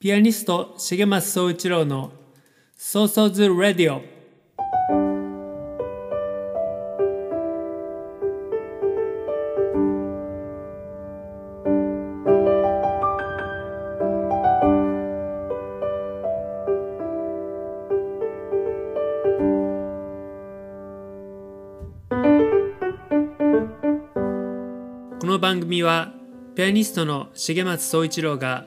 ピアニスト重松総一郎の「ソーソーズ・ラディオ」この番組はピアニストの重松総一郎が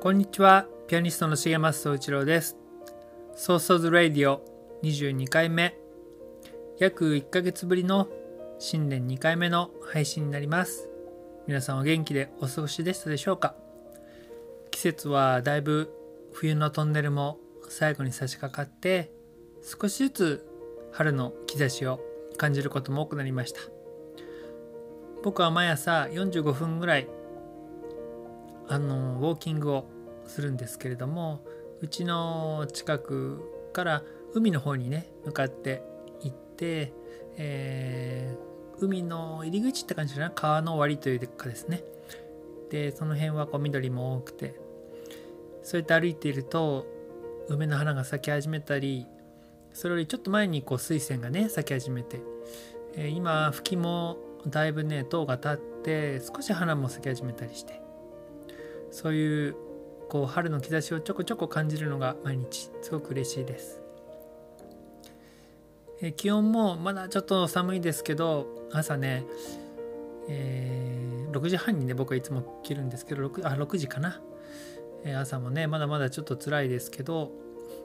こんにちは、ピアニストの重松総一郎です。ソーソーズ・ラディオ22回目、約1ヶ月ぶりの新年2回目の配信になります。皆さんお元気でお過ごしでしたでしょうか季節はだいぶ冬のトンネルも最後に差し掛かって、少しずつ春の兆しを感じることも多くなりました。僕は毎朝45分ぐらいあのウォーキングをするんですけれどもうちの近くから海の方にね向かって行って、えー海の入り口って感じかな川の終わりというかですねでその辺はこう緑も多くてそうやって歩いていると梅の花が咲き始めたりそれよりちょっと前にこう水仙がね咲き始めて、えー今フキもだいぶね塔が立って少し花も咲き始めたりしてそういうこう春の兆しをちょこちょこ感じるのが毎日すごく嬉しいです。えー気温もまだちょっと寒いですけど朝ね、えー6時半にね僕はいつも起きるんですけど 6, あ6時かな、えー朝もねまだまだちょっと辛いですけど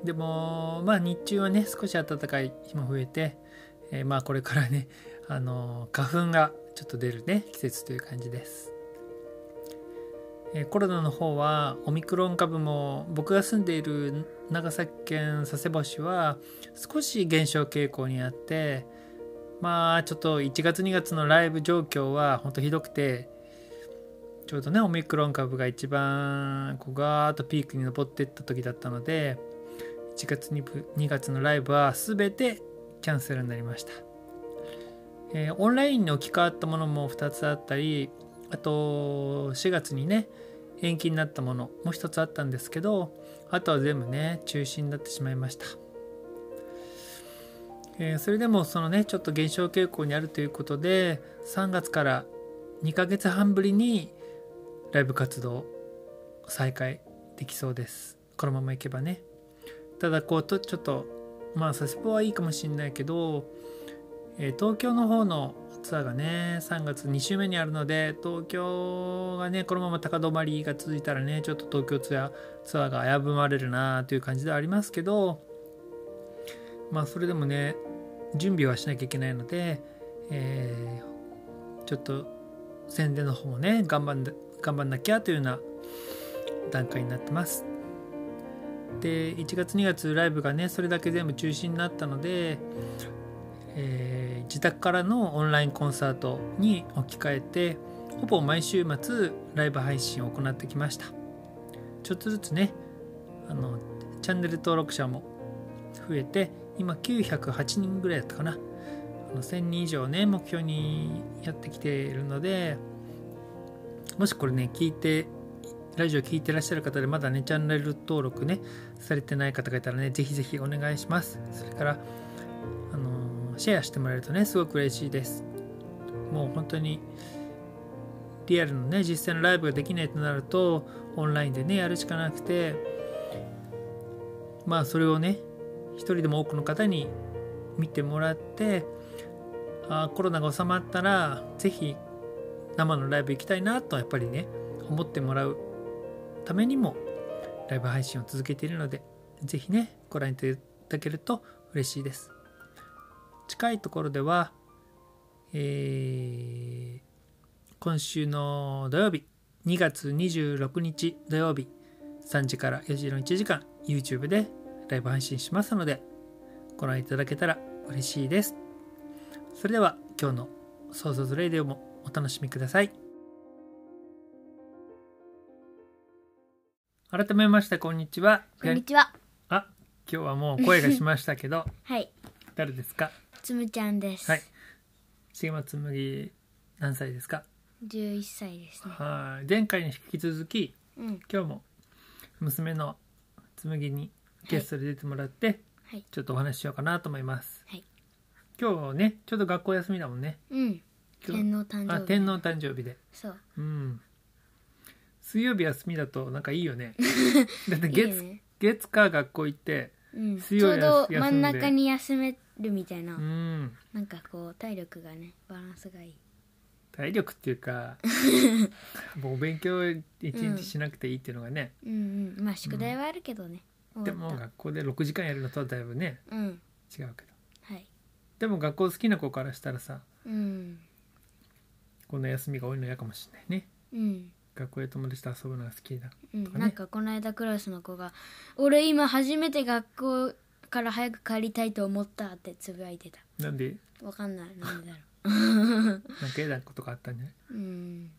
でもまあ日中はね少し暖かい日も増えて、えーまあこれからね、あのー花粉がちょっと出るね季節という感じです。えーコロナの方はオミクロン株も僕が住んでいる長崎県佐世保市は少し減少傾向にあってまあちょっと1月2月のライブ状況はほんとひどくてちょうどねオミクロン株が一番こうガーッとピークに上っていった時だったので1月2月のライブは全てキャンセルになりました、えーオンラインに置き換わったものも2つあったりあと4月にね延期になったものも一つあったんですけどあとは全部ね中止になってしまいました、えーそれでもそのねちょっと減少傾向にあるということで3月から2ヶ月半ぶりにライブ活動再開できそうですこのままいけばねただこうとちょっとまあサスポはいいかもしんないけどえー東京の方のツアーがね3月2週目にあるので東京がねこのまま高止まりが続いたらねちょっと東京ツアーツアーが危ぶまれるなという感じではありますけどまあそれでもね準備はしなきゃいけないので、えーちょっと宣伝の方もね頑張んな頑張んなきゃというような段階になってます。で1月2月ライブがねそれだけ全部中止になったので、えー自宅からのオンラインコンサートに置き換えてほぼ毎週末ライブ配信を行ってきましたちょっとずつねあのチャンネル登録者も増えて今908人ぐらいだったかなあの1000人以上ね目標にやってきているのでもしこれね聞いてラジオ聞いてらっしゃる方でまだねチャンネル登録ねされてない方がいたらねぜひぜひお願いしますそれからあのシェアしてもらえるとねすごく嬉しいですもう本当にリアルのね実際のライブができないとなるとオンラインでねやるしかなくてまあそれをね一人でも多くの方に見てもらってあーコロナが収まったらぜひ生のライブ行きたいなとやっぱりね思ってもらうためにもライブ配信を続けているのでぜひねご覧いただけると嬉しいです近いところでは、えー今週の土曜日2月26日土曜日3時から4時の1時間 YouTube でライブ配信しますのでご覧いただけたら嬉しいですそれでは今日の「想像ズレイディオ」もお楽しみください改めましてこんにちはこんにちは。あ今日はもう声がしましたけど はい、誰ですかつむちゃんです。はい重松麦何歳ですか十一歳ですね。はい前回に引き続きうん、今日も娘の紬にゲストで出てもらって、はい、ちょっとお話ししようかなと思います、はい今日ねちょっと学校休みだもんねうん、今日天皇誕あ生日。天皇誕生日でそう、うん水曜日休みだとなんかいいよ ねだって月いいね。月か学校行ってうん、水ちょ曜う日ど休んで真ん中に休めるみたいな、うんなんかこう体力がね、バランスがいい。体力っていう かもうお勉強一日しなくていいっていうのがね、うんうん、まあ宿題はあるけどね。で終わもった学校で6時間やるのとはだいぶねうん、違うけどはい、でも学校好きな子からしたらさうん、こんな休みが多いの嫌かもしれないねうん。学校で友達と遊ぶのが好きだうんとかねなんかこの間クラスの子が「俺今初めて学校から早く帰りたいと思った」ってつぶやいてたなん でわかんないなんでだろなんか嫌なことがあったんじゃないううん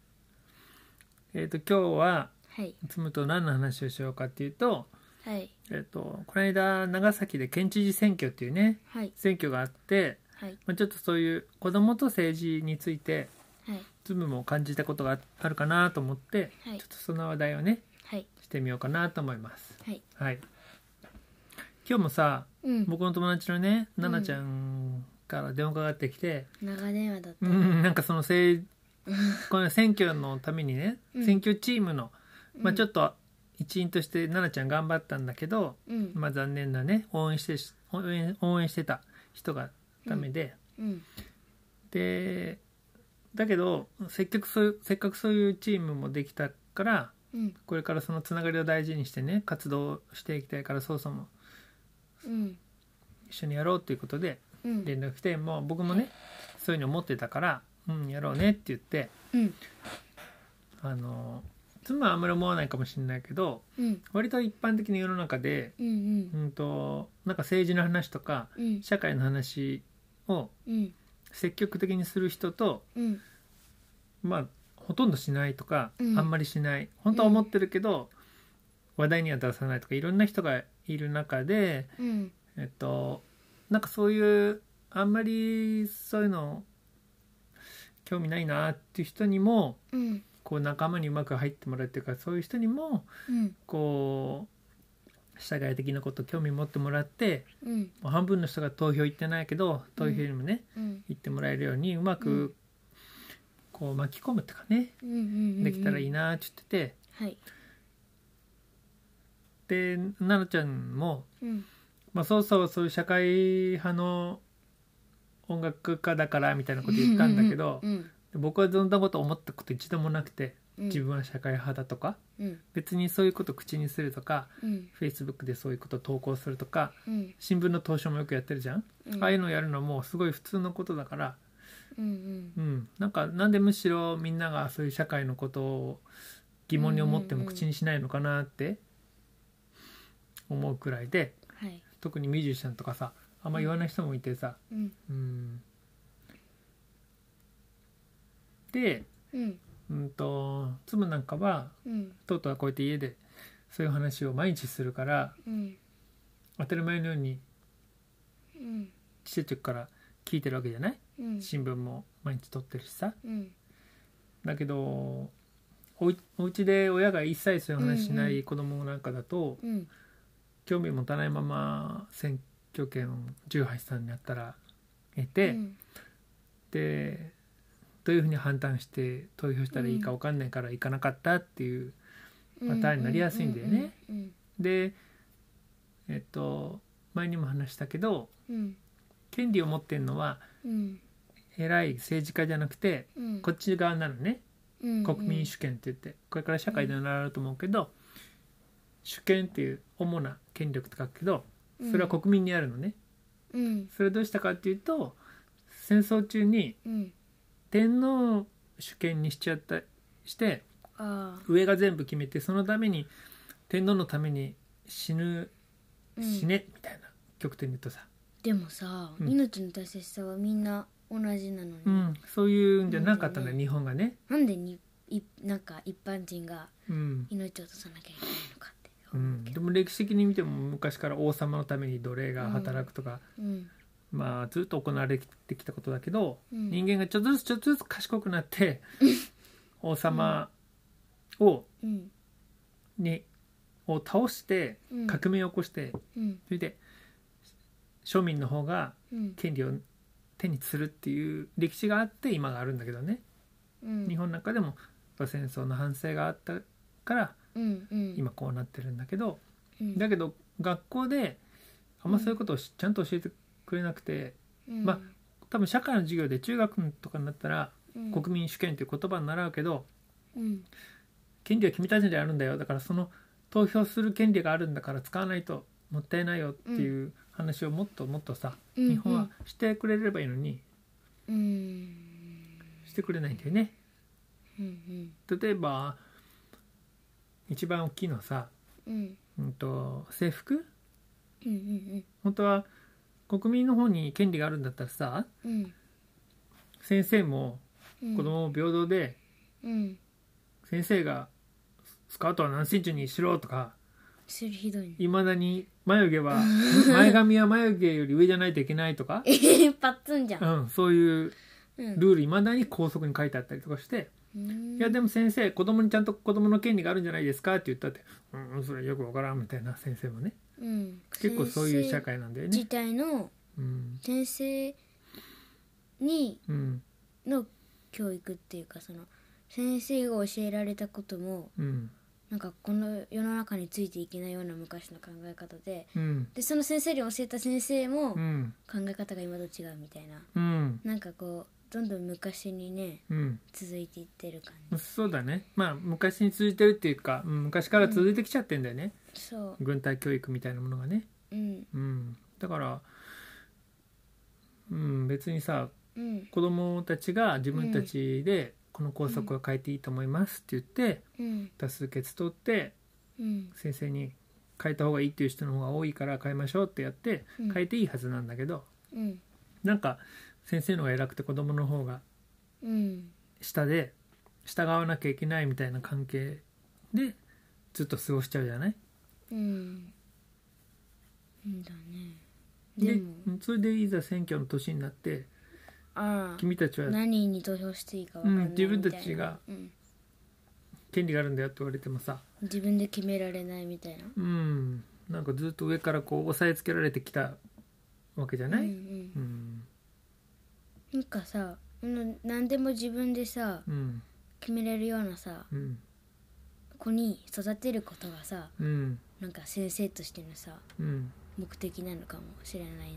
えっ、と今日ははいつむと何の話をしようかっていうとはいえっ、とこの間長崎で県知事選挙っていうねはい選挙があって、はいまあ、ちょっとそういう子供と政治についてはいつむも感じたことがあるかなと思って、はいちょっとその話題をねはいしてみようかなと思いますはいはい今日もさうん僕の友達のね奈々ちゃんから電話がかかってきて、長電話だったうん、なんかそのせいこの選挙のためにね、うん選挙チームの、まあ、ちょっっと一員として奈々ちゃん頑張ったんだけど、とうんまあ、残念なね応援してし応援応援してた人がダメで、うんでだけどせっかくそういうせっかくそういうチームもできたからうんこれからそのつながりを大事にしてね活動していきたいからそうそうもうん一緒にやろうということでうん連絡来てもう僕もねそういうの思ってたから、うん、やろうねって言って。うんあの妻はあんまり思わないかもしれないけどうん割と一般的に世の中で、うんうんうん、となんか政治の話とかうん社会の話をうん積極的にする人とうんまあほとんどしないとか、うんあんまりしない本当は思ってるけど、話題には出さないとかいろんな人がいる中で、うんえっと、なんかそういうあんまりそういうの興味ないなっていう人にもうんこう仲間にうまく入ってもらうっていうかそういう人にもうんこう社会的なこと興味持ってもらってうんもう半分の人が投票行ってないけど投票にもね、うん行ってもらえるようにうまうくこう巻き込むとかね、うんうんできたらいいななって言ってはいてで奈々ちゃんも、うんまあ、そうそうそういう社会派の音楽家だからみたいなこと言ったんだけどうんうん僕はそんなこと思ったこと一度もなくてうん自分は社会派だとかうん別にそういうこと口にするとかうん Facebook でそういうこと投稿するとかうん新聞の投書もよくやってるじゃん、うんああいうのやるのもすごい普通のことだから、うんうん、なんかなんでむしろみんながそういう社会のことを疑問に思ってうんもうんうん口にしないのかなって思うくらいではい特にミュージシャンとかさあんま言わない人もいてさ、うんうん、で、うんうん、と妻なんかはうんとうとうこうやって家でそういう話を毎日するからうん当たり前のようにうんちっちゃい時から聞いてるわけじゃないうん新聞も毎日撮ってるしさうんだけどおいお家で親が一切そういう話しなうんうい子供なんかだと、うん興味持たないまま選挙権を18歳になったら得て、うんでどういうふうに判断して投票したらいいか分かんないから行かなかったっていう、パターンになりやすいんだよねうんでえっと前にも話したけどうん権利を持ってるのはうん偉い政治家じゃなくてうんこっち側なのねうん国民主権って言ってこれから社会で習うと思うけど主権っていう主な権力って書くけどそれは国民にあるのねうんそれどうしたかっていうと戦争中にうん天皇を主権にしちゃったしてああ上が全部決めてそのために天皇のために死ぬうん死ね、みたいな極端に言うとさ、でもさ、うん命の大切さはみんな同じなのに、うん、そういうんじゃなかったんだ、うん日本がね。なんでにいなんか一般人がうん命を落とさなきゃいけないのかってう、思うんけでど、も歴史的に見ても昔から王様のために奴隷が働くとか、うんまあずっと行われてきたことだけど、うん人間がちょっとずつちょっとずつ賢くなって、王様をうんにを倒してうん革命を起こして、うんそれで庶民の方がうん権利を手にするっていう歴史があって今があるんだけどね、うん日本なんかでも戦争の反省があったからうんうん今こうなってるんだけど、うんだけど学校であんまそういうことをしちゃんと教えてくれなくてうんまあ多分社会の授業で中学とかになったらうん国民主権という言葉に習うけどうん権利は君たちであるんだよだからその投票する権利があるんだから使わないともったいないよっていう話をもっともっとさ、うん日本はしてくれればいいのにうんしてくれないんだよね。うん例えば一番大きいのはさ、うんうんうん、と制服うんうん本当は国民の方に権利があるんだったらさうん先生もうん子供を平等で、うん先生がスカートは何センチにしろとかそれひどいねいまだに眉毛 は前髪は眉毛より上じゃないといけないとか、 えパッツンじゃうんん、そういううんルールいまだに校則に書いてあったりとかして「いやでも先生子供にちゃんと子供の権利があるんじゃないですか」って言ったって「うんうんそれよくわからん」みたいな先生もねうん結構そういう社先会なんだよ生ね自。体のうん先生にうんの教育っていうかその先生が教えられたこともうんなんかこの世の中についていけないような昔の考え方でうんでその先生に教えた先生もう考んえ方が今と違うみたいなうんなんかこうどんどん昔にねうん続いていってる感そうだねまあ昔に続いてるっていうかうん昔から続いてきちゃってんだよね、じそう軍隊教育みたいなものがね。うんうん、だから、うん、別にさうん子供たちが自分たちでこの校則は変えていいと思いますって言って、うん多数決取ってうん先生に変えた方がいいっていう人の方が多いから変えましょうってやってうん変えていいはずなんだけど、うんなんか先生の方が偉くて子供の方がうん下で従わなきゃいけないみたいな関係でずっと過ごしちゃうじゃないうんうんだねででもうんそれでいざ選挙の年になってああ君たちは何に投票していいかわかうんないん、自分たみいちながうん権利があるんだよって言われてもさ自分で決められないみたいなうんなんかずっと上からこう押さえつけられてきたわけじゃない、ううんうんんなんかさあの何でも自分でさうん決めれるようなさうん子に育てることがさうんなんか先生としてのさうん目的なのかもしれないのにね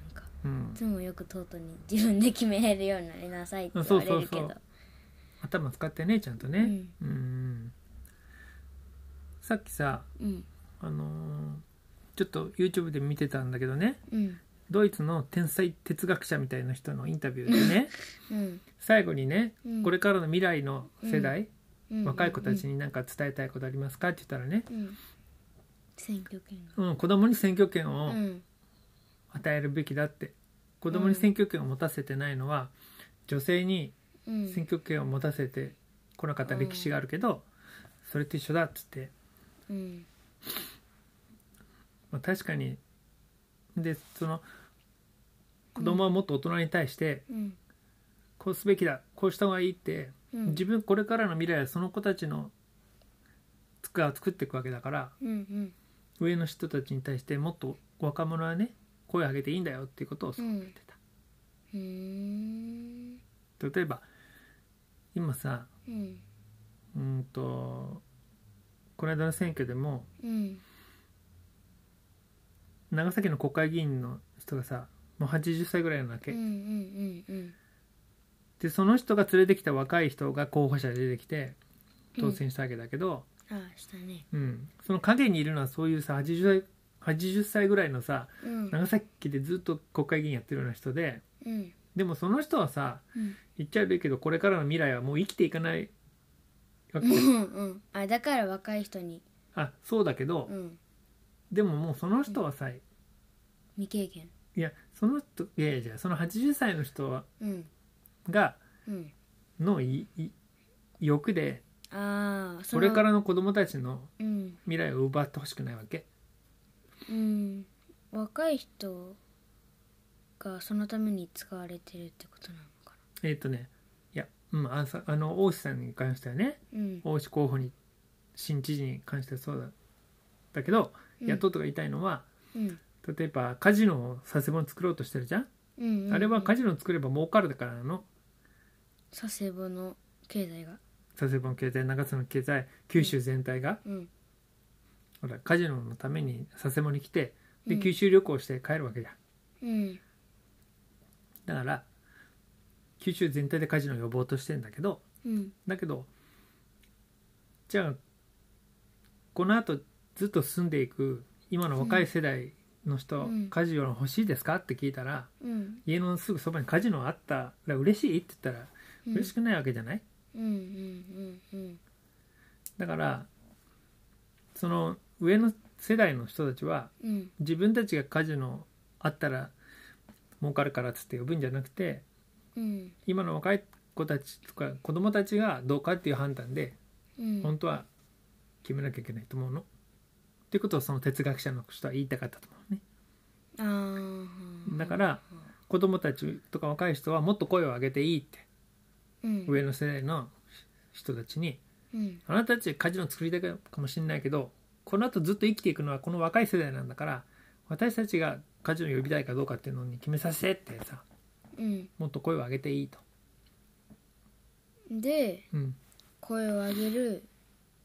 なんかうんいつもよくとうとうに自分で決めれるようになりなさいってあ言そわうそれうるけそうど頭使ってねちゃんとねうん、さっきさうんあのーちょっと YouTube で見てたんだけどねうんドイツの天才哲学者みたいな人のインタビューでねうん最後にね、うんこれからの未来の世代、うん若い子たちに何か伝えたいことありますかって言ったらね、うん選挙権がうん、子供に選挙権うをん与えるべきだって子供に選挙権を持たせてないのは、女性にうん選挙権を持たせてこなかった歴史があるけど、それと一緒だっつって、うんまあ、確かにでその子供はもっと大人に対して、うんこうすべきだこうした方がいいって、うん自分これからの未来はその子たちのつくが作っていくわけだからうん上の人たちに対してもっと若者はね声を上げていいんだよっていうことをうそう言っんてた。うーん例えば今さうんうんとこの間の選挙でもうん長崎の国会議員の人がさもう80歳ぐらいなわうけ、んうんうんうんでその人が連れてきた若い人が候補者で出てきてうん当選したわけだけど、ああしたねうんその陰にいるのはそういうさ80歳 ,80 歳ぐらいのさうん長崎でずっと国会議員やってるような人でうんでもその人はさうん言っちゃ悪いけどこれからの未来はもう生きていかないわけうんうんあだから若い人にあそうだけど、うんでももうその人はさ、未経験いやその人いやいやじゃその80歳の人はうんがうんのいい欲でああこれからの子供たちのうん未来を奪ってほしくないわけうん若い人がそのために使われてるってことなのかえっ、とねいや、うん、あさあの大石さんに関してはねなうん大石候補に新知事に関してはそうだだけど、いやトットが言いたいのはうん例えばカジノを佐世保に作ろうとしてるじゃん、うんうんあれはカジノを作れば儲かるだからなの佐世保の経済が佐世保の経済長洲の経済九州全体が、うんほらカジノのために佐世保に来てでうん九州旅行して帰るわけじゃんうんだから九州全体でカジノを呼ぼうとしてんだけどうんだけどじゃあこのあとずっと住んでいく今の若い世代の人、うんカジノ欲しいですかって聞いたらうん家のすぐそばにカジノあったら嬉しいって言ったらうん嬉しくないわけじゃない、うんうんうんだからその上の世代の人たちはうんうん自分たちがカジノあったら儲かるからっつって呼ぶんじゃなくてうん今の若い子たちとか子供たちがどうかっていう判断でうん本当は決めなきゃいけないと思うの。っていうことをその哲学者の人は言いたかったと思うね。あーだから子供たちとか若い人はもっと声を上げていいってうん上の世代の人たちにうんあなたたちカジノ作りたいかもしれないけどこの後ずっと生きていくのはこの若い世代なんだから私たちがカジノ呼びたいかどうかっていうのに決めさせてってさうんもっと声を上げていいと。でうん声を上げる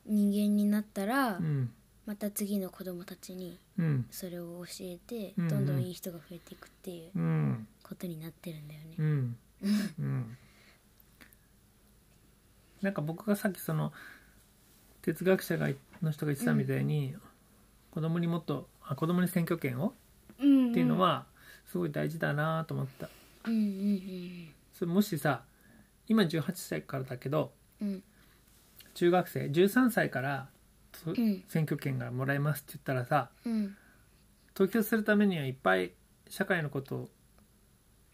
人間になったらうんまた次の子供たちにうんそれを教えてうんうんどんどんいい人が増えていくっていううんことになってるんだよねう。ん、うん、なんか僕がさっきその哲学者がの人が言ってたみたいに、子供にもっとあ子供に選挙権をうんっていうのはすごい大事だなと思ったうんうんそれもしさ今18歳からだけどうんうん中学生13歳からそん選挙権がもらえますって言ったらさうん投票するためにはいっぱい社会のことを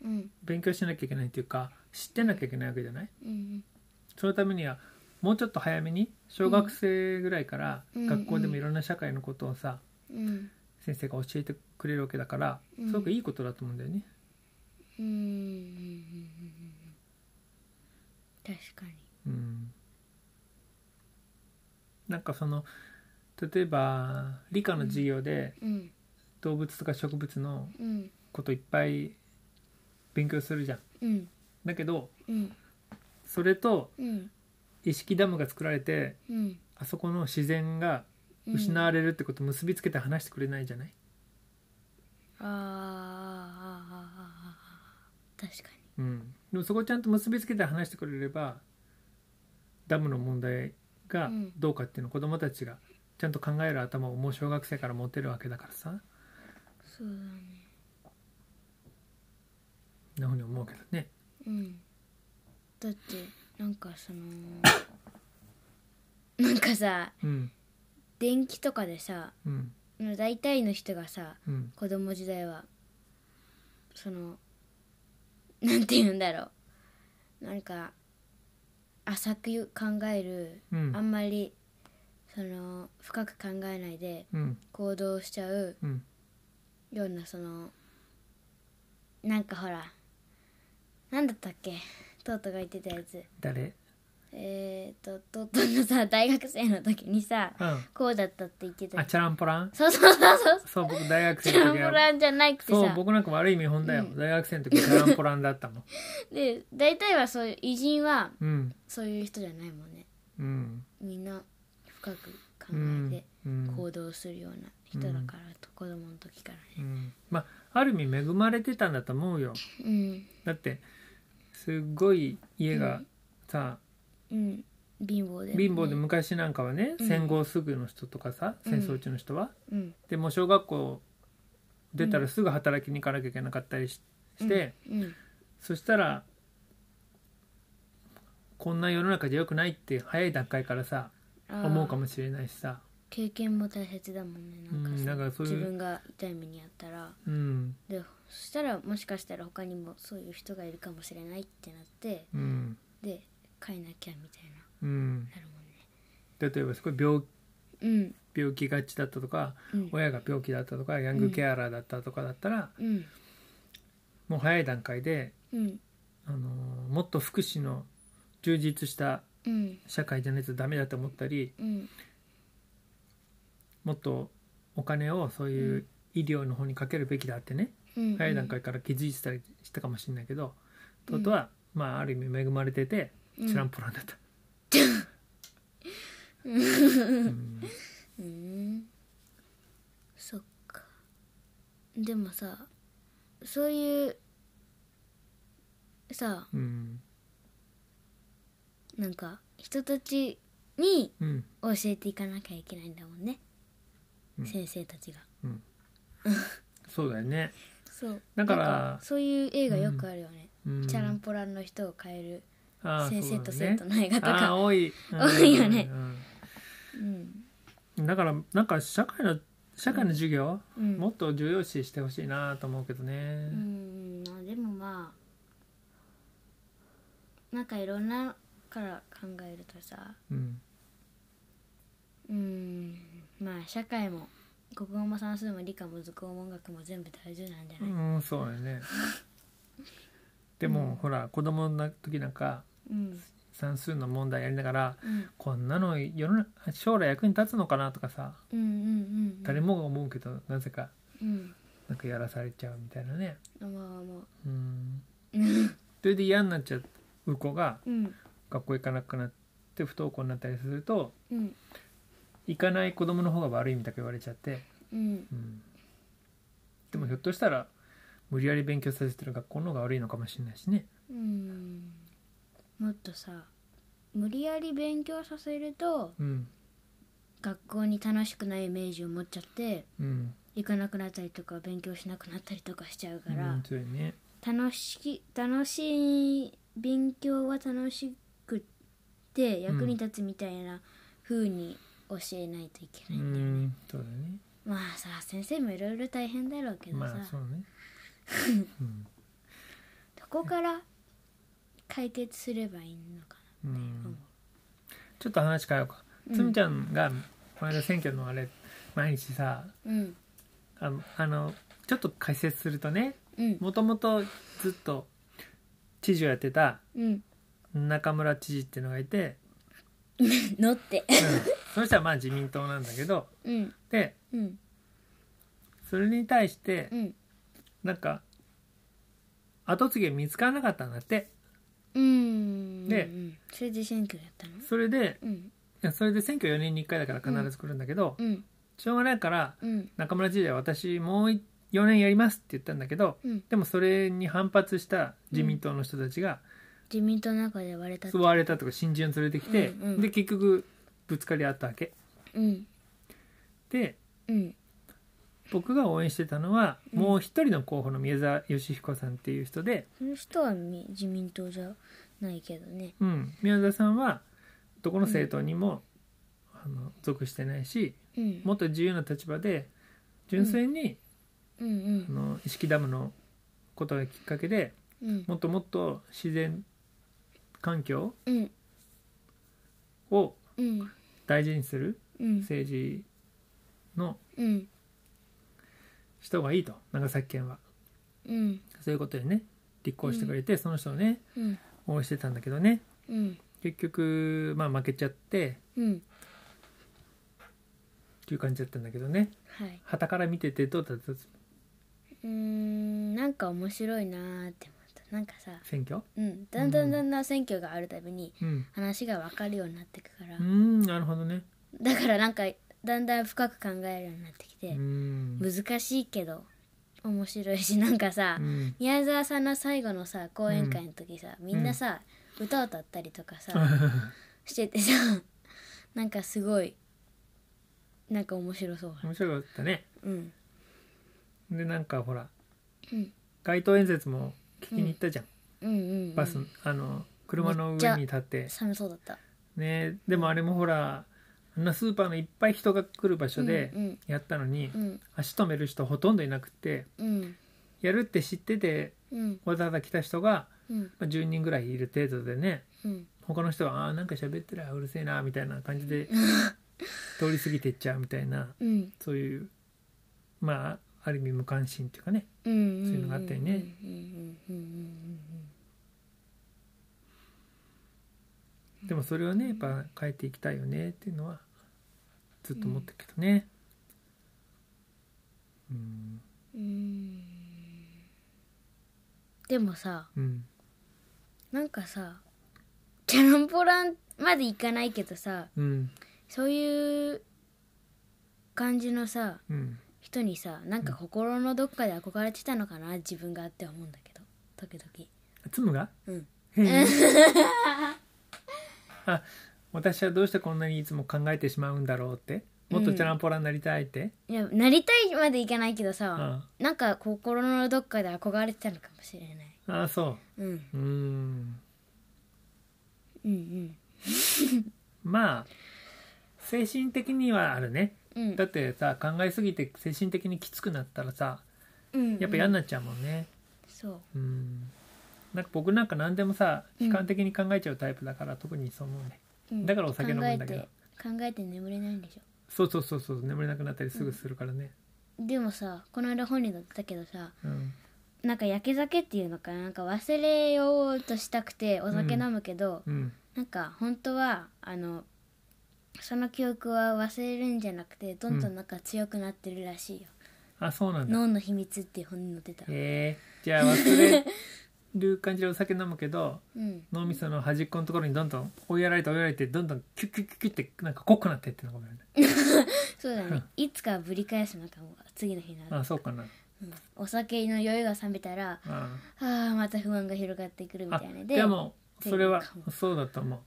うん勉強しなきゃいけないっていうか知ってなきゃいけないわけじゃないうんそのためにはもうちょっと早めに小学生ぐらいからうん学校でもいろんな社会のことをさ、うん先生が教えてくれるわけだからうんすごくいいことだと思うんだよね。うんうん確かに。うん、なんかその例えば理科の授業でうん動物とか植物のうんこといっぱい勉強するじゃん。うんだけどうんそれとうん意識ダムが作られてうんあそこの自然が失われるってことを結びつけて話してくれないじゃない、あーあーあーあーあー確かうん、でもそこをちゃんと結びつけて話してくれればダムの問題がうんどうかっていうのを子どもたちがちゃんと考える頭をもう小学生から持てるわけだからさにそうだねなふうに思うけどね。うんだってなんかその なんかさうん電気とかでさうん大体の人がさうん子供時代はそのなんて言うんだろうなんか浅く考える、うんあんまりその深く考えないでうん行動しちゃううんようなそのなんかほらなんだったっけトートが言ってたやつ誰えー、とトートのさ大学生の時にさうんこうだったって言ってたあチャランポランそうそうそうそうそう僕大学チ生のャラン時ポはランじゃなくてそうさ僕なんか悪い見本だよ、大学生の時はチャランポランだったも んで大体はそういう偉人はうんそういう人じゃないもんねうんみんな深く考うえんてうん行動するような人だから、と子供の時からうねんまあある意味恵まれてたんだと思うようんだってすっごい家がさ、うん貧乏で、貧乏で昔なんかはね、うん戦後すぐの人とかさうん戦争中の人は、うんでもう小学校出たらすぐ働きに行かなきゃいけなかったりしして、うんそしたらこんな世の中じゃ良くないって早い段階からさあー思うかもしれないしさ経験も大切だもんねなんかうんさなんかそういう自分が痛い目にあったらうんでそしたらもしかしたら他にもそういう人がいるかもしれないってなってうんで変えなきゃみたいうんななるもんね例えばすごい病うん病気がちだったとかうん親が病気だったとかヤングケアラーだったとかだったら、うんもう早い段階で、うんあのーもっと福祉の充実したうん社会じゃないとダメだと思ったりうんもっとお金をそういうう医療の方にかけるべきだってね、うん早い段階から気づいてたりしたかもしれないけど、とうとうは、まあ、ある意味恵まれててうんチランポランだ った。うんうんそっかでもさそういうさうんなんか人たちにうん教えていかなきゃいけないんだもんね、うん先生たちがそうだよね。そうだからなんそういう映画よくあるよね、うんチャランポランの人を変えるあー先生とそうだね生徒の映画とああか多い、うん多いよねうんうんだからなんか社会の社会の授業、うんもっと重要視してほしいなと思うけどねう、んまあでもまあなんかいろんなから考えるとさうんうんまあ社会も国語も算数も理科も図工も音楽も全部大事なんじゃないうん、そうだよねでも、ほら子供の時なんかうん算数の問題やりながらうんこんなの世の中将来役に立つのかなとかさうんうんうん誰もが思うけどなぜかうんなんかやらされちゃうみたいなねまあまあうんそれで嫌になっちゃう子がうん学校行かなくなって不登校になったりするとうん行かない子供の方が悪いみたいな言われちゃって、うんうん、でもひょっとしたら無理やり勉強させてる学校の方が悪いのかもしれないしねうんもっとさ無理やり勉強させるとうん学校に楽しくないイメージを持っちゃってうん行かなくなったりとか勉強しなくなったりとかしちゃうから、うん、そうよね楽しき楽しい勉強は楽しくって役に立つみたいな風に教えないといけうないんだよね、んそうだねまあさ先生もいろいろ大変だろうけどさ、まあそう ね、うんどこから解決すればいいのかうな、ん、ちょっと話変えようか、つみちゃんがこの間選挙のあれ毎日さうんあのあのちょっと解説するとねうんもともとずっと知事をやってたうん中村知事っていうのがいて、乗ってうん、その人はまあ自民党なんだけどうんでうんそれに対してうんなんか後継ぎが見つからなかったんだってうんでうん、それで選挙やったのそれでうんいやそれで選挙4年に1回だから必ず来るんだけど、うんしょうがないからうん中村知事は私もう4年やりますって言ったんだけどうんでもそれに反発した自民党の人たちが自民党の中で割れたって吸われたとか新人を連れてきて、うんうんで結局ぶつかり合ったわけうんでうん僕が応援してたのは、うんもう一人の候補の宮沢義彦さんっていう人で、その人はみ自民党じゃないけどねうん、宮沢さんはどこの政党にも、あの属してないしうんもっと自由な立場で純粋に、うんうんあの意識ダムのことがきっかけでうんもっともっと自然環境うんをうん大事にするうん政治のうん人がいいと長崎県はうんそういうことでね立候補してくれて、その人をねうん応援してたんだけどねうん結局まあ負けちゃってうんっていう感じだったんだけどねはい傍から見ててどうだったうーんなんか面白いなーって思ったなんかさ選挙うんだんだんだんだん選挙があるたびにうん話が分かるようになってくからうんなるほどねだからなんかだんだん深く考えるようになってきうてん難しいけど面白いしなんかさうん宮沢さんの最後のさ講演会の時さみんなさ歌を歌ったりとかさ しててさ なんかすごいなんか面白そう面白かったねうんでなんかほら、うん街頭演説も聞きに行ったじゃん、うんうん、うん、バスのあの車のめっち上ゃに立って寒そうだったねでもあれもほらあんなスーパーのいっぱい人が来る場所でうんやったのに、うん足止める人ほとんどいなくてうんやるって知っててうんわざわざ来た人がうんまあ10人ぐらいいる程度でねうん他の人は「あーなんか喋ってるあーうるせえな」みたいな感じで通り過ぎてっちゃうみたいなうんそういうまあある意味無関心っていうかねそういいうのがあったよね。でもそれはねやっぱ変えていきたいよねっていうのはずっと思ってるけどね。うんうんでもさうんなんかさチャランポランまで行かないけどさうんそういう感じのさうん人にさなんか心のどっかで憧れてたのかな自分がって思うんだけど時々。つむがうんへえあ私はどうしてこんなにいつも考えてしまうんだろうってもっとチャランポラになりたいって、いやなりたいまでいかないけどあさなんか心のどっかで憧れてたのかもしれない。あああそうんううーんうんまあ精神的にはあるねうんうんだってさ考えすぎて精神的にきつくなったらさうんやっぱ嫌になっちゃうもんねそううんなんか僕なんか何でもさうん悲観的に考えちゃうタイプだから、特にそう思うねうんだからお酒飲むんだけど考えて考えて眠れないんでしょそうそうそうそう眠れなくなったりすぐするからねでもさこの間本に載ってたけどさうんなんか焼け酒っていうのかななんか忘れようとしたくてお酒飲むけど、うんなんか本当はあのその記憶は忘れるんじゃなくてどんどんなんか強くなってるらしいよ、あそうなんだ脳の秘密っていう本に載ってたえー、じゃあ忘れる感じでお酒飲むけどうん脳みその端っこのところにどんどん追いやられて追いやられてどんどんキュッキュッキュッキュッってなんか濃くなってってのかもねそうだねいつかぶり返すのかも次の日の朝、あそうかなうんお酒の酔いが冷めたらあああまた不安が広がってくるみあたいなでもそれはっていうかそうだと思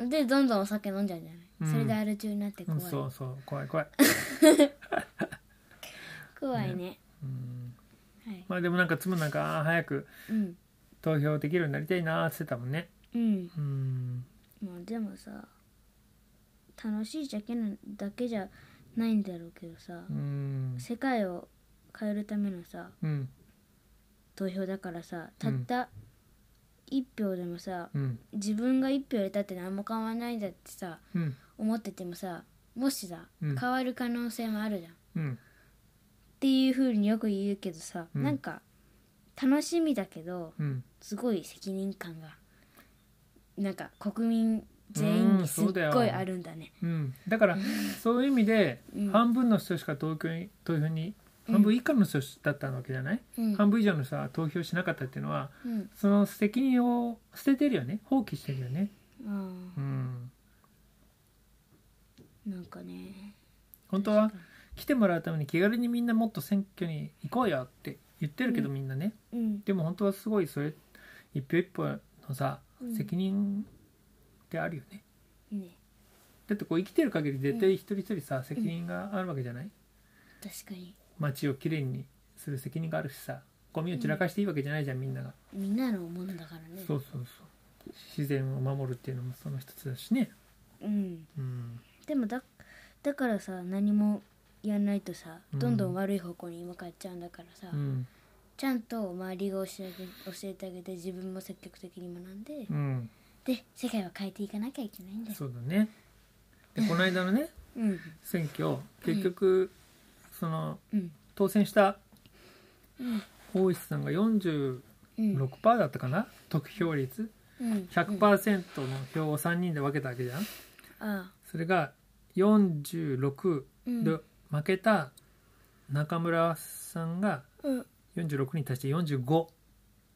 でどんどんお酒飲んじゃうんじゃない、うんそれでアル中になってう、う怖ん、い、そうそう怖い怖い怖いねうんはいまあでもなんか妻なんかあー早くうん投票できるようになりたいなーって言ってたもんねうんうんまあでもさ楽しいだけなだけじゃないんだろうけどさ、うん世界を変えるためのさうん投票だからさたった1票でもさ、うん自分が1票入れたって何も変わらないんだってさうん思っててもさもしさ、うん変わる可能性もあるじゃんっうんていうふうによく言うけどさ、うんなんか楽しみだけど、うんすごい責任感がなんか国民全員うんにすっそうだよごいあるんだねうん、だからそういう意味でうん半分の人しか投票に投票にうん半分以下の人だったわけじゃない、うん半分以上の人は投票しなかったっていうのはうんその責任を捨ててるよね放棄してるよね、あうん、ーなんかね本当は来てもらうために気軽にみんなもっと選挙に行こうよって言ってるけど、うんみんなねうんでも本当はすごいそれ一票一票のさうん責任ってあるよねねだってこう生きてる限り絶対一人一人さ責任があるわけじゃない確かに街をきれいにする責任があるしさゴミを散らかしていいわけじゃないじゃんみんなが、みんなのものだからねそうそうそう自然を守るっていうのもその一つだしねうんうんでもだだからさ何もやんないとさうんどんどん悪い方向に向かっちゃうんだからさ、うんちゃんと周りが教えて教えてあげて自分も積極的に学んで、うんで世界を変えていかなきゃいけないんだよそうだねでこの間のね うん選挙結局そのうん当選したうん大石さんが46%うんだったかな得票率うん100%の票を3人で分けたわけじゃんああそれが46うんで負けた中村さんがうん46に対して45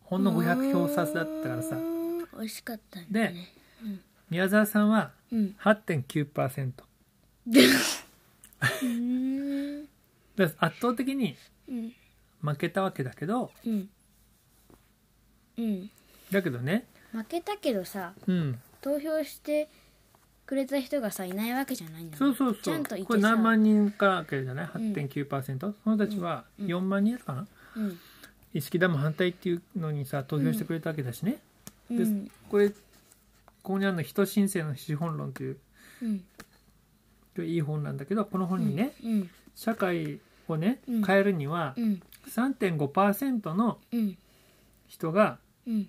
ほんの500票差だったからさうーん美味しかったんだね宮沢さんはうん8.9%うんだから圧倒的にうん負けたわけだけどうんうんだけどね負けたけどさうん投票してくれた人がさいないわけじゃないんだもそんうそうちそゃうんといてさこれ何万人かわけじゃないん8.9%、その人たちはうん4万人やったかな、うん意識ダム反対っていうのにさ投票してくれたわけだしね、うでんこれここにあるの人申請の資本論といううんといういい本なんだけどこの本にね、うん社会をねうん変えるにはうん3.5%のうん人がうん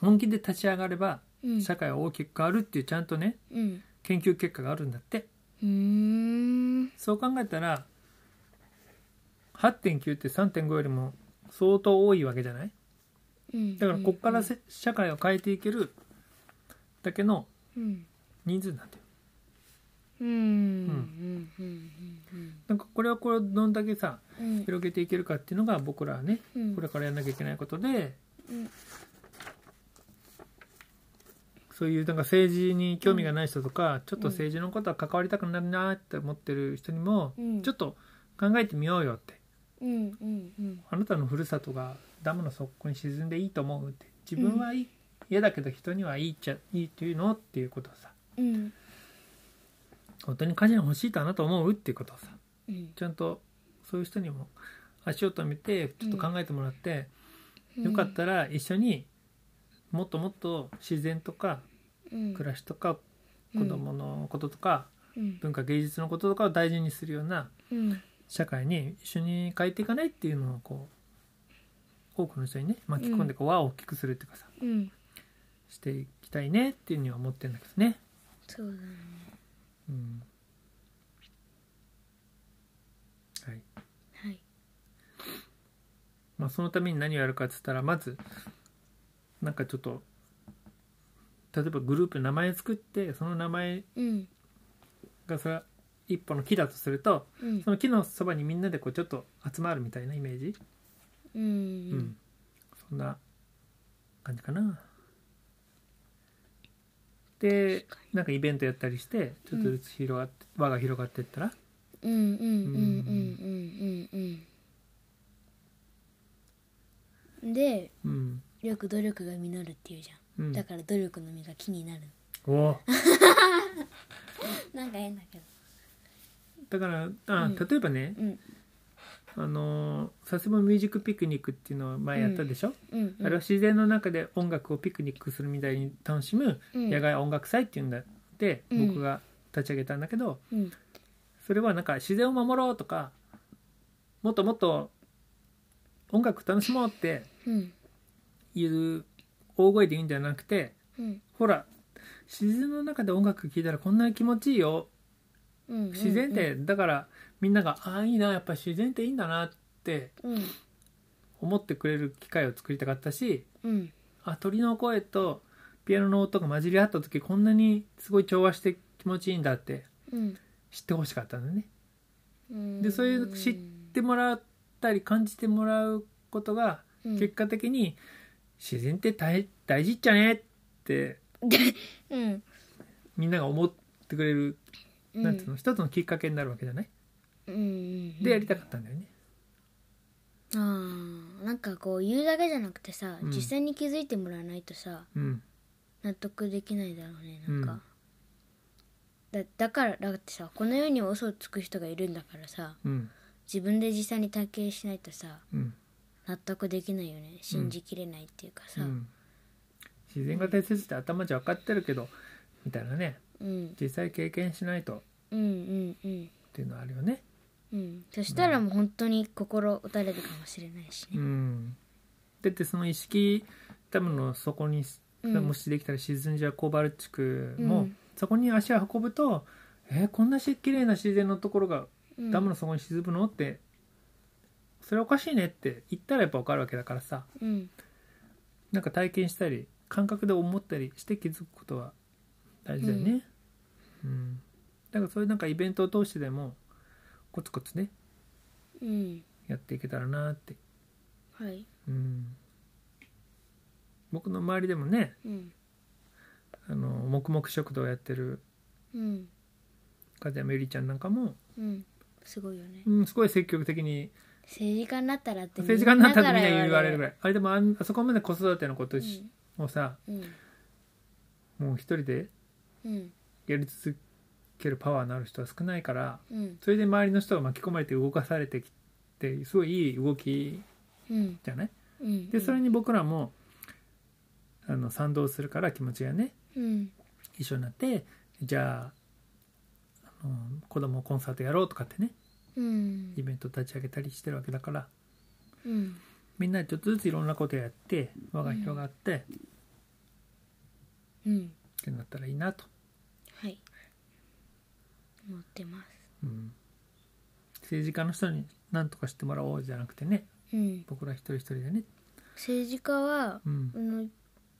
本気で立ち上がればうん社会は大きく変わるっていうちゃんとねうん研究結果があるんだってうーんそう考えたら8.9って3.5よりも相当多いわけじゃないうんだからここからせ社会を変えていけるだけのうん人数なんだようんうんうんなんかこれはこれをどんだけさうん広げていけるかっていうのが僕らはねうんこれからやんなきゃいけないことで、うんそういうなんか政治に興味がない人とか、ちょっと政治のことは関わりたくなるなって思ってる人にも、うんちょっと考えてみようよってうんうんうんあなたのふるさとがダムの底に沈んでいいと思うって自分はいい、嫌だけど人にはいいっちゃいいっていうのっていうことをさうん本当に家事が欲しいとあなた思うっていうことをさうんちゃんとそういう人にも足を止めてちょっと考えてもらって、よかったら一緒にもっともっと自然とかうん暮らしとか子供のこととかうん文化芸術のこととかを大事にするようなうん社会に一緒に変えていかないっていうのをこう多くの人にね巻き込んでこう輪を大きくするっていうかさうんしていきたいねっていうには思ってるんだけどね。そうだねうんはいはいまあ、そのために何をやるかっつったらまずなんかちょっと例えばグループ名前作ってその名前うんがそれは一本の木だとするとうんその木のそばにみんなでこうちょっと集まるみたいなイメージ、ううんんそんな感じかな。でなんかイベントやったりしてちょっとずつ広がって、輪が広がっていったらうんうんうんうんうんうんうんでうん、よく努力が実るっていうじゃん、うん、だから努力の実が木になるおーなんか変だけだどからあ、うん例えばねうんあのー佐世保ミュージックピクニックっていうのを前やったでしょ、うんうんあれは自然の中で音楽をピクニックするみたいに楽しむうん野外音楽祭っていうんだって、うん僕が立ち上げたんだけどうんそれはなんか自然を守ろうとかもっともっと音楽楽しもうってうんいう大声で言うんじゃなくてうんほら自然の中で音楽聴いたらこんなに気持ちいいようん自然ってだからみんなが「ああいいなやっぱ自然っていいんだな」ってうん思ってくれる機会を作りたかったしうんあ鳥の声とピアノの音が混じり合った時こんなにすごい調和して気持ちいいんだってうん知ってほしかったんだね。うんでそういう知ってもらったり感じてもらうことがうん結果的に自然って大大事っちゃねってうんみんなが思ってくれるうんなんていうの一つのきっかけになるわけじゃないうんうんでやりたかったんだよね。あーなんかこう言うだけじゃなくてさ、うん実際に気づいてもらわないとさうん納得できないだろうねなんか、だだからだってさこの世には嘘をつく人がいるんだからさうん自分で実際に体験しないとさうん納得できないよね信じきれないっていうかさううんん、自然が大切って頭じゃ分かってるけどみたいなねうん実際経験しないとっうんうんうんていうのはあるよね。うんそしたらもう本当に心打たれるかもしれないしうねん、だってその意識ダムの底にうんもしできたら沈んじゃうコバル地区うもんそこに足を運ぶと「えーこんなし綺麗な自然のところがうんダムの底に沈むの?」って「それおかしいね」って言ったらやっぱ分かるわけだからさうんなんか体験したり感覚で思ったりして気づくことは大事だよね。うん、だからそういうなんかイベントを通してでもコツコツねうんやっていけたらなってはいうん、僕の周りでもねうんあの黙々食堂やってるうん風山ゆりちゃんなんかも、うんすごいよねうん、すごい積極的に政治家になったらって政治家になったってみんな言われるぐらいらいあれでもあんあそこまで子育てのことしをさうんもう一人でうんやり続けるパワーのある人は少ないからうんそれで周りの人が巻き込まれて動かされてきてすごいいい動きうんじゃないうんでそれに僕らもあの賛同するから気持ちがねうん一緒になってじゃあうん、子供コンサートやろうとかってねうんイベント立ち上げたりしてるわけだからうんみんなでちょっとずついろんなことやって輪が広がって、っうんてなったらいいなと、はい持ってまうん、政治家の人に何とかしてもらおうじゃなくてねすうん僕ら一人一人でね、政治家はうんあの一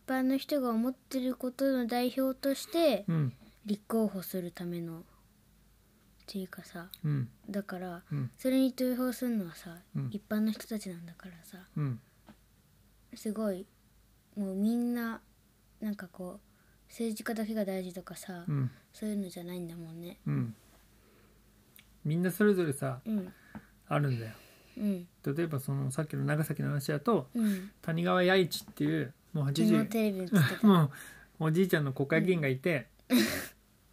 般の人が思ってることの代表としてうん立候補するためのっていうかさうんだからうんそれに投票するのはさ、うん一般の人たちなんだからさうんすごいもうみんななんかこう政治家だけが大事とかさ、うんそういうのじゃないんだもんねうんみんなそれぞれさうんあるんだようん例えばそのさっきの長崎の話だとうん谷川弥一っていうもう昨日80テレビに映って たもうおじいちゃんの国会議員がい て、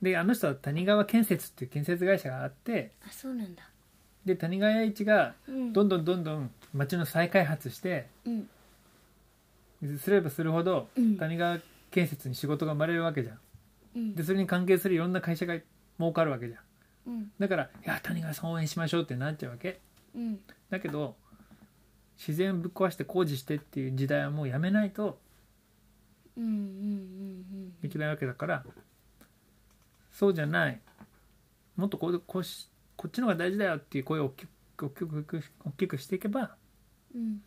であの人は谷川建設っていう建設会社があってあそうなんだで谷川弥一がうんどんどんどんどん町の再開発してうんすればするほどうん谷川建設に仕事が生まれるわけじゃんうんでそれに関係するいろんな会社が儲かるわけじゃんうんだからいや谷川さん応援しましょうってなっちゃうわけうんだけど自然ぶっ壊して工事してっていう時代はもうやめないとうんうんうんいけないわけだからそうじゃないもっとこうこうしこっちの方が大事だよっていう声を大きく大きく大きくしていけばうんうん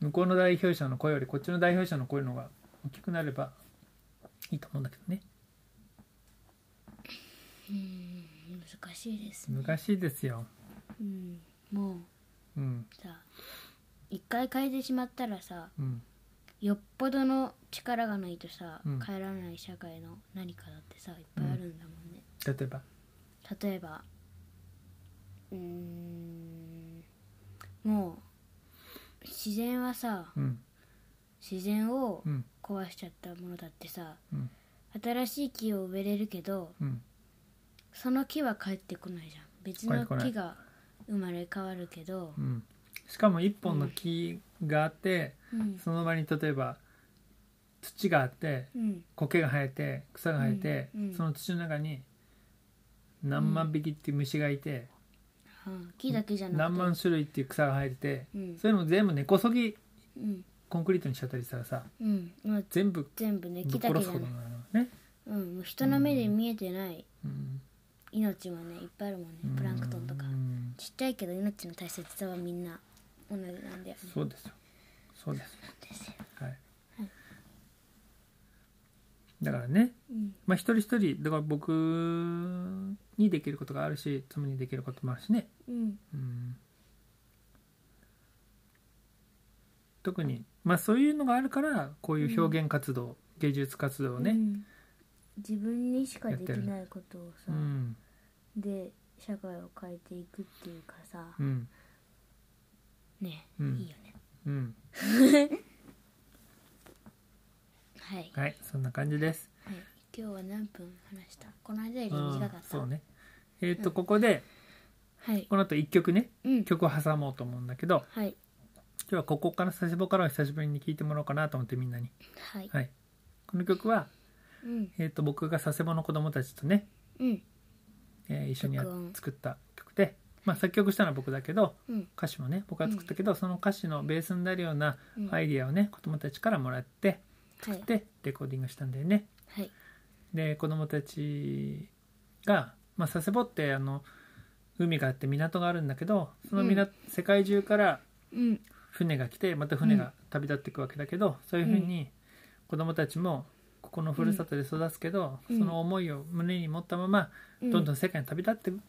向こうの代表者の声よりこっちの代表者の声の方が大きくなればいいと思うんだけどねうん難しいですね難しいですようんもううんさ一回変えてしまったらさうんよっぽどの力がないとさ、うん変えられない社会の何かだってさいっぱいあるんだもんね、例えば例えばうーんもう自然はさうん自然をうん壊しちゃったものだってさうん新しい木を植えれるけどうんその木は帰ってこないじゃん別帰っのてこない木が生まれ変わるけどうんしかも一本の木があって、うんその場に例えば土があってうん苔が生えて草が生えて、うんうんその土の中に何万匹っていう虫がいて、うん木だけじゃなくて何万種類っていう草が生えてて、うんそういうの全部根こそぎうんコンクリートにしちゃったりしたらさうんもう全部全部ねぶ木っだけ殺じすゃことなにいなるのね、うんもう人の目で見えてないうん、命もねいっぱいあるもんねプランクトンとかうんちっちゃいけど命の大切さはみんな同じなんだよねそうですよそうですですよはい、はいだからねうんまあ一人一人だから僕にできることがあるし妻にできることもあるしね、うんうん特に、まあ、そういうのがあるからこういう表現活動、芸術活動をうね、ん自分にしかできないことをうさ、んで社会を変えていくっていうかさうんね、うんいいよねうん、はい、はいはいそんな感じです。今日は何分話したこの間よりうん短かったそうねえっ、と、うんここではいこの後一曲ねうん曲を挟もうと思うんだけどはい今日はここから佐世保からは久しぶりに聴いてもらおうかなと思ってみんなに。はい、はい、この曲は、うんえー、と僕が佐世保の子供たちとね、うんえー一緒にや録音作った曲で、まあ、作曲したのは僕だけどうん歌詞もね僕が作ったけど、その歌詞のベースになるようなうんアイディアをね、子供たちからもらってはいでレコーディングしたんだよね。はいで子供たちが、まあ、佐世保ってあの海があって港があるんだけどその港、世界中からうん船が来てまた船が旅立っていくわけだけど、そういうふうに子供たちもここのふるさとで育つけど、うんその思いを胸に持ったままどんどん世界に旅立っていく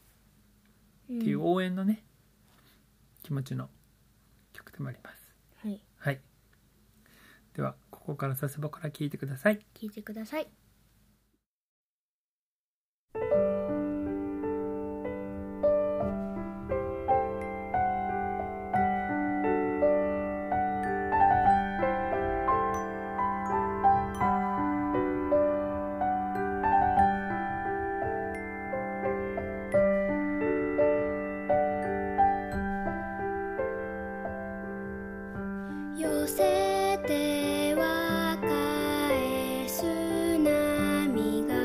うんっていううん応援のね、気持ちの曲でもありますはいはいではここから佐世保から聞いてください聞いてください寄せては返すな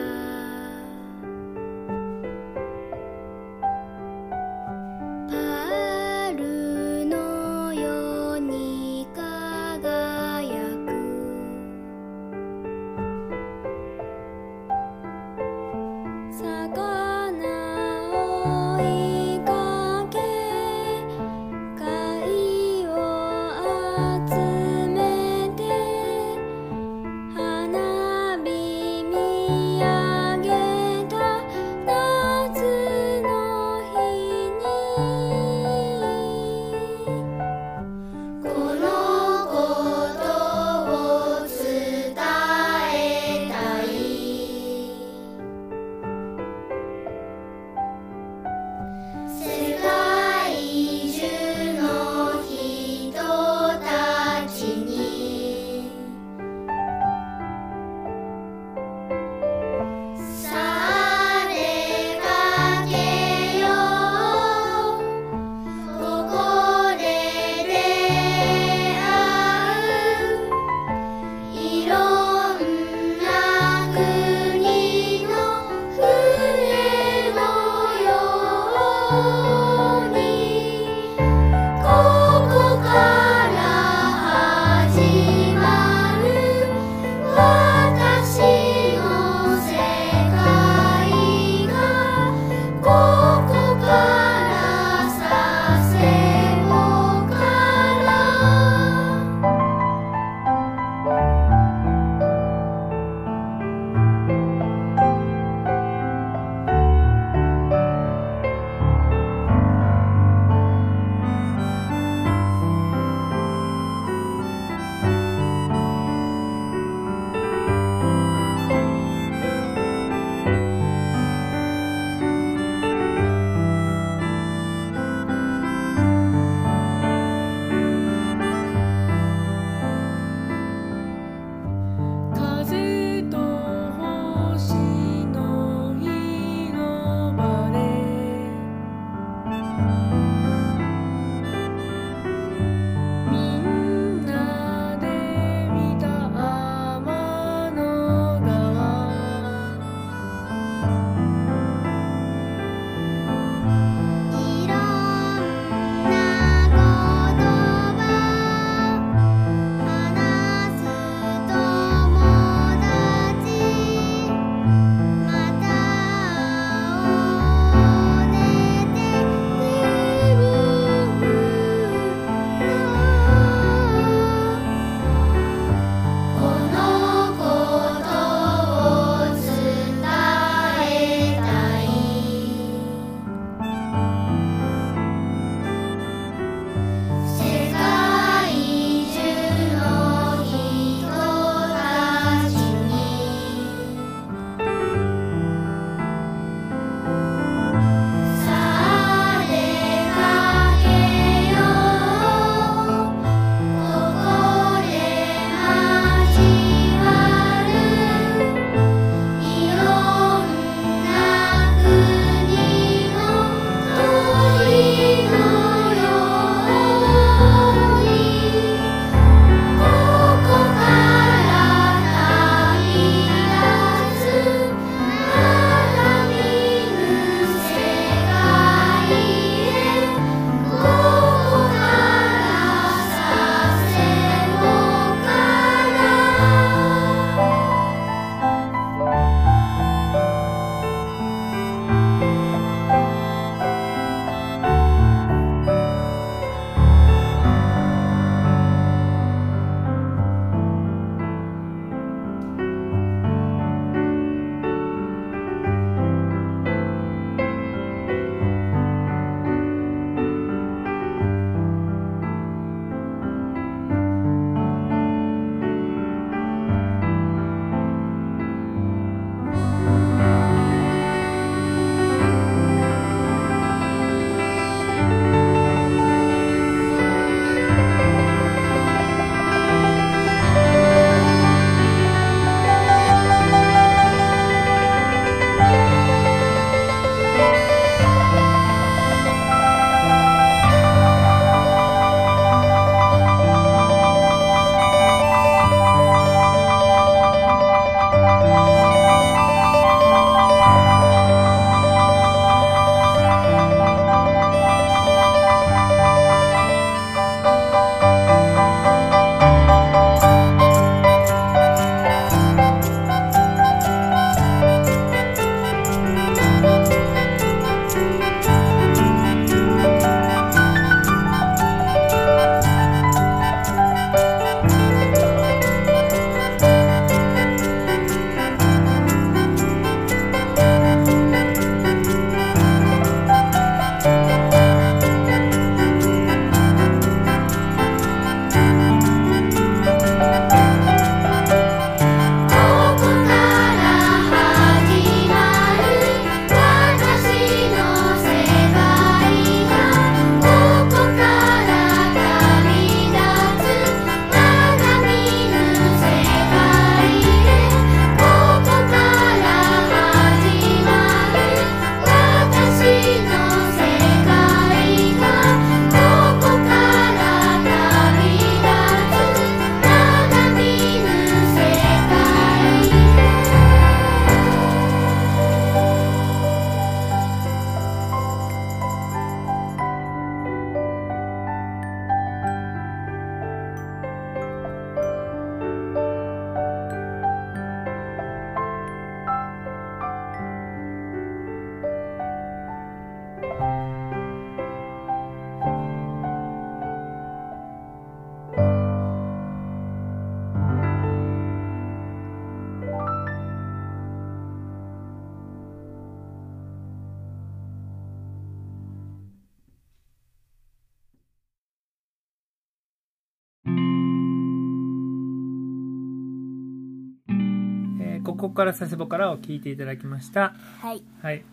ーここから佐世保からを聴いていただきました。はいはい。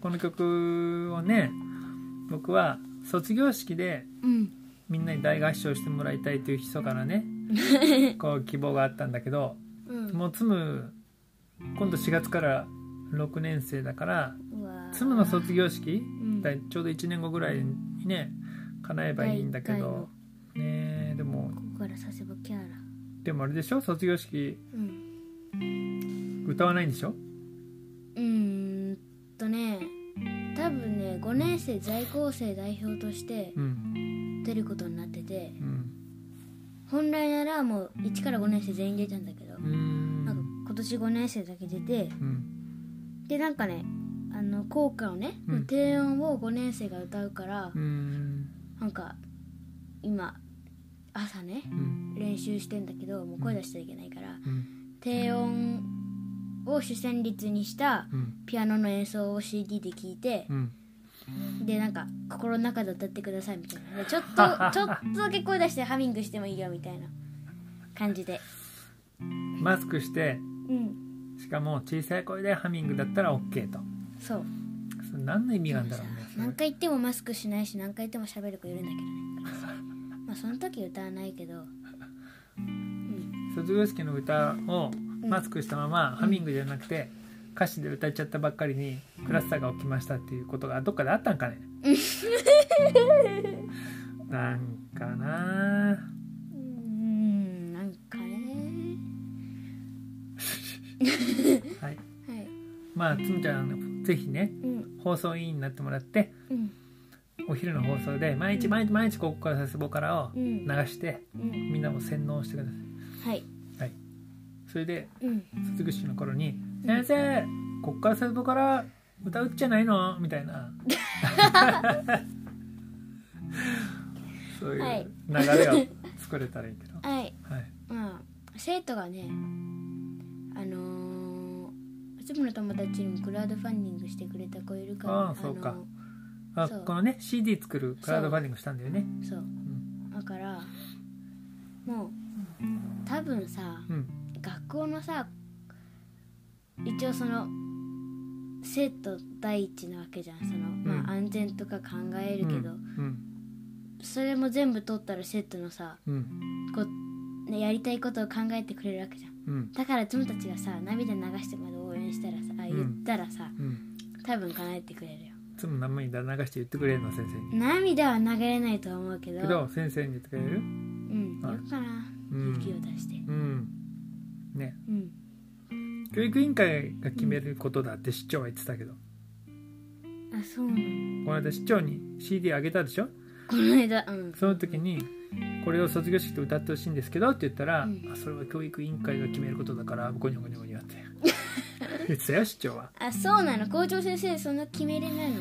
この曲をね、僕は卒業式でうんみんなに大合唱してもらいたいという密かなね、こう希望があったんだけど、うんもうつむ、今度4月から6年生だから、うわーつむの卒業式、んだいちょうど1年後ぐらいにね、叶えばいいんだけど、ねえでも、ここから佐世保キャラでもあれでしょ卒業式うん歌わないんでしょうーんとね多分ね5年生在校生代表としてうん。出ることになっててうん。本来ならもう1から5年生全員出たんだけどうーん。なんか今年5年生だけ出てうん。でなんかねあの校歌をね、うん低音を5年生が歌うから、うーん。なんか今朝ねうん。練習してんだけどもう声出しちゃいけないからうん。低音を主旋律にしたうん。ピアノの演奏を CD で聴いてう、ん。でなんか心の中で歌ってくださいみたいなでちょっ とちょっとだけ声出してハミングしてもいいよみたいな感じでマスクしてうんしかも小さい声でハミングだったら OK とそうそれ何の意味があるんだろうねそれ何回言ってもマスクしないし何回言っても喋る子いるんだけど ねまあその時歌わないけどうん卒業式の歌をマスクしたままハミングじゃなくて歌詞で歌っちゃったばっかりにクラスターが起きましたっていうことがどっかであったんかねなんかなうんなんかねはいはいまあつむちゃんぜひねうん放送委員になってもらってうんお昼の放送で毎日毎日毎日ここから佐世保からをう流んしてうんみんなも洗脳してくださいはいそれでうん卒業式の頃に「先生こっから生徒から歌うっちゃないの?」みたい なそういはいう流れを作れたらいいけど、はいはい、まあ生徒がねあのー、いつもの友達にもクラウドファンディングしてくれた子いるからああそうかのあそうこのね CD 作るクラウドファンディングしたんだよねそううんだからもう多分さうん学校のさ一応その生徒第一なわけじゃんその、うんまあ、安全とか考えるけど、うんそれも全部取ったら生徒のさうんこう、ね、やりたいことを考えてくれるわけじゃんうんだからつむたちがさ涙流してまで応援したらさあうん言ったらさ、うん多分叶えてくれるよいつも名前に流して言ってくれるの先生に涙は流れないとは思うけどけど先生に言ってくれるうんはいよっかな、うん勇気を出してうんねうん教育委員会が決めることだって市長は言ってたけどあそうなのこの間市長に CD あげたでしょこの間うんその時に「これを卒業式で歌ってほしいんですけど」って言ったら、うんあ「それは教育委員会が決めることだからゴニョゴニョゴニョ」って 言ってたよ市長は。あそうなの校長先生そんな決めれないの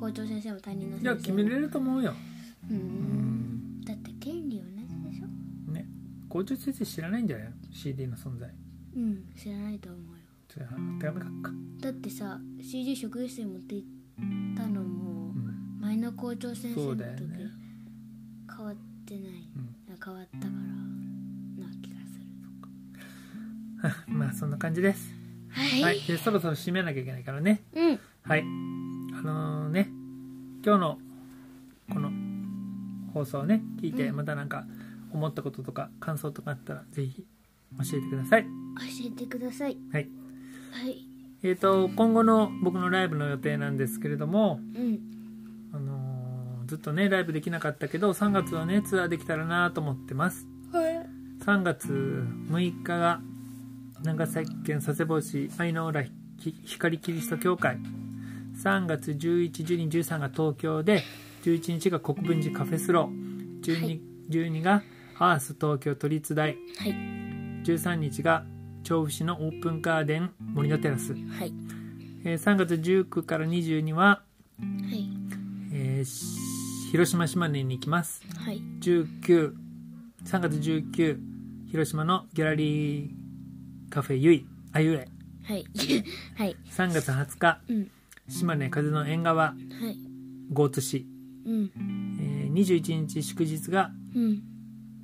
校長先生も担任のい先生やも決めれると思うよ。ううんんだって権利同じでしょね校長先生知らないんじゃない CD の存在。うん知らないと思うよじゃあ手紙書くか。だってさ CD 職員室に持って行ったのもうん前の校長先そ生のう時、だよね変わってないうん、変わったからな気がするまあそんな感じです。はい、はい、でそろそろ締めなきゃいけないからね。うんはい。あのね、今日のこの放送をね、聞いて、うんまたなんか思ったこととか感想とかあったら、ぜひ教えてください。教えてくださいはい。はいえー、と、今後の僕のライブの予定なんですけれども、うんあのーずっとね、ライブできなかったけど、3月はね、ツアーできたらなと思ってます。はい3月6日が、長崎県佐世保市愛の浦ひ光キリスト教会。3月11、12、13が東京で、11日が国分寺カフェスロー。12、はい12がアース東京都立大。はい13日が調布市のオープンガーデン森のテラス。はいえー3月19から22は、えーし広島島根に行きますはい193月19広島のギャラリーカフェゆいあゆれはいはい3月20日うん島根風の縁側はい豪津市、うんえー21日祝日がうん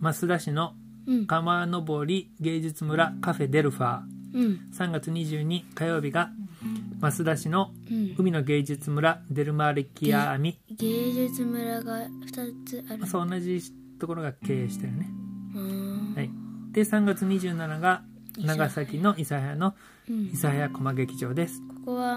増田市のうん川登り芸術村カフェデルファーうん3月22火曜日が増田市のうん海の芸術村デルマレキア網芸術村が2つあるそう同じところが経営してるねあーはいで3月27が長崎の諫早のうん、諫早駒劇場ですここは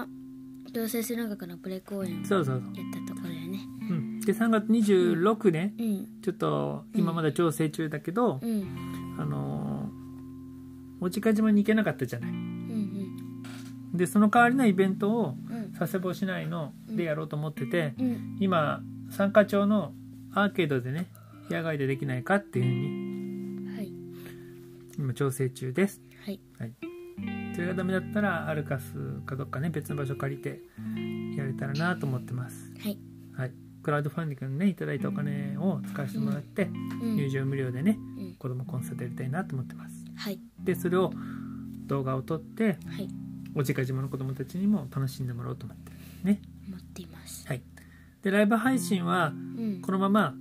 行政水の学のプレ公演をやっそうそうたところやねそう、うん、で3月26ねうんちょっと今まだ調整中だけど、うんうんあのー、小鹿島に行けなかったじゃないうんでその代わりのイベントをうん佐世保市内のでやろうと思ってて、うん今参加町のアーケードでね野外でできないかっていうふうにはい今調整中ですはいそれがダメだったらアルカスかどっかね別の場所借りてやれたらなと思ってますはいはいクラウドファンディングのねいただいたお金を使わせてもらってうん入場無料でねうん子供コンサートやりたいなと思ってますはいでそれを動画を撮ってはいおじか島の子供たちにも楽しんでもらおうと思ってね持っていますはいでライブ配信はうんこのまま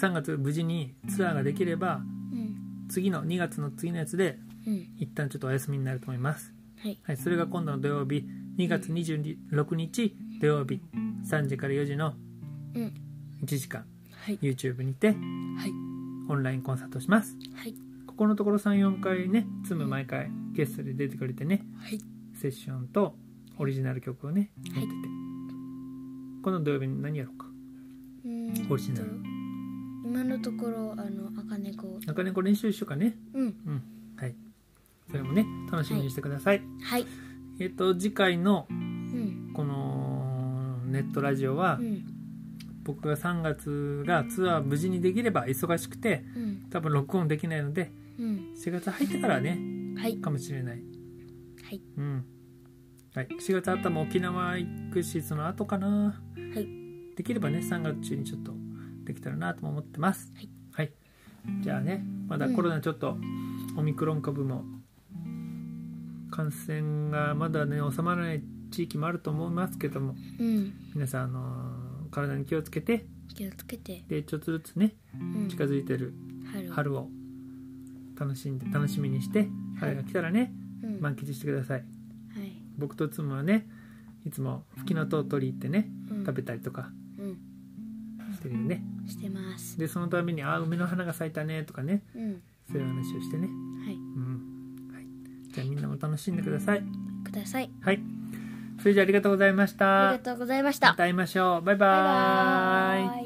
3月無事にツアーができればうん次の2月の次のやつでうん一旦ちょっとお休みになると思います、はいはい、それが今度の土曜日2月26日土曜日3時から4時のうん1時間はい YouTube にてはいオンラインコンサートしますはいここのところ34回ねつむ毎回ゲストで出てくれてねはいセッションとオリジナル曲をね持っててはいこの土曜日に何やろうかうーんオリジナルと今のところあの赤猫中根こ練習しようかねうんうんはいそれもね楽しみにしてください、はいえっ、と次回のうんこのネットラジオは、うん僕が3月がツアー無事にできれば忙しくてうん多分録音できないのでうん4月入ってからねはいかもしれないはいうんはい4月頭沖縄行くしその後かなはいできればね3月中にちょっとできたらなとも思ってますはい、はいじゃあねまだコロナちょっとオミクロン株も感染がまだね収まらない地域もあると思いますけどもうん皆さん、あのー体に気をつけて気をつけてでちょっとずつねうん近づいてる春を春を楽しんで楽しみにして春が来たらねうんは満喫してくださいい僕と妻はねいつもフキノトウ取り行ってねうん食べたりとかうんしてるよねしてますでそのために「あー梅の花が咲いたね」とかねうんそういう話をしてねはいうん、はい、じゃあみんなも楽しんでくださいくださいはいそれじゃあありがとうございましたありがとうございましまたた会いましょうバイバイバーイバーイ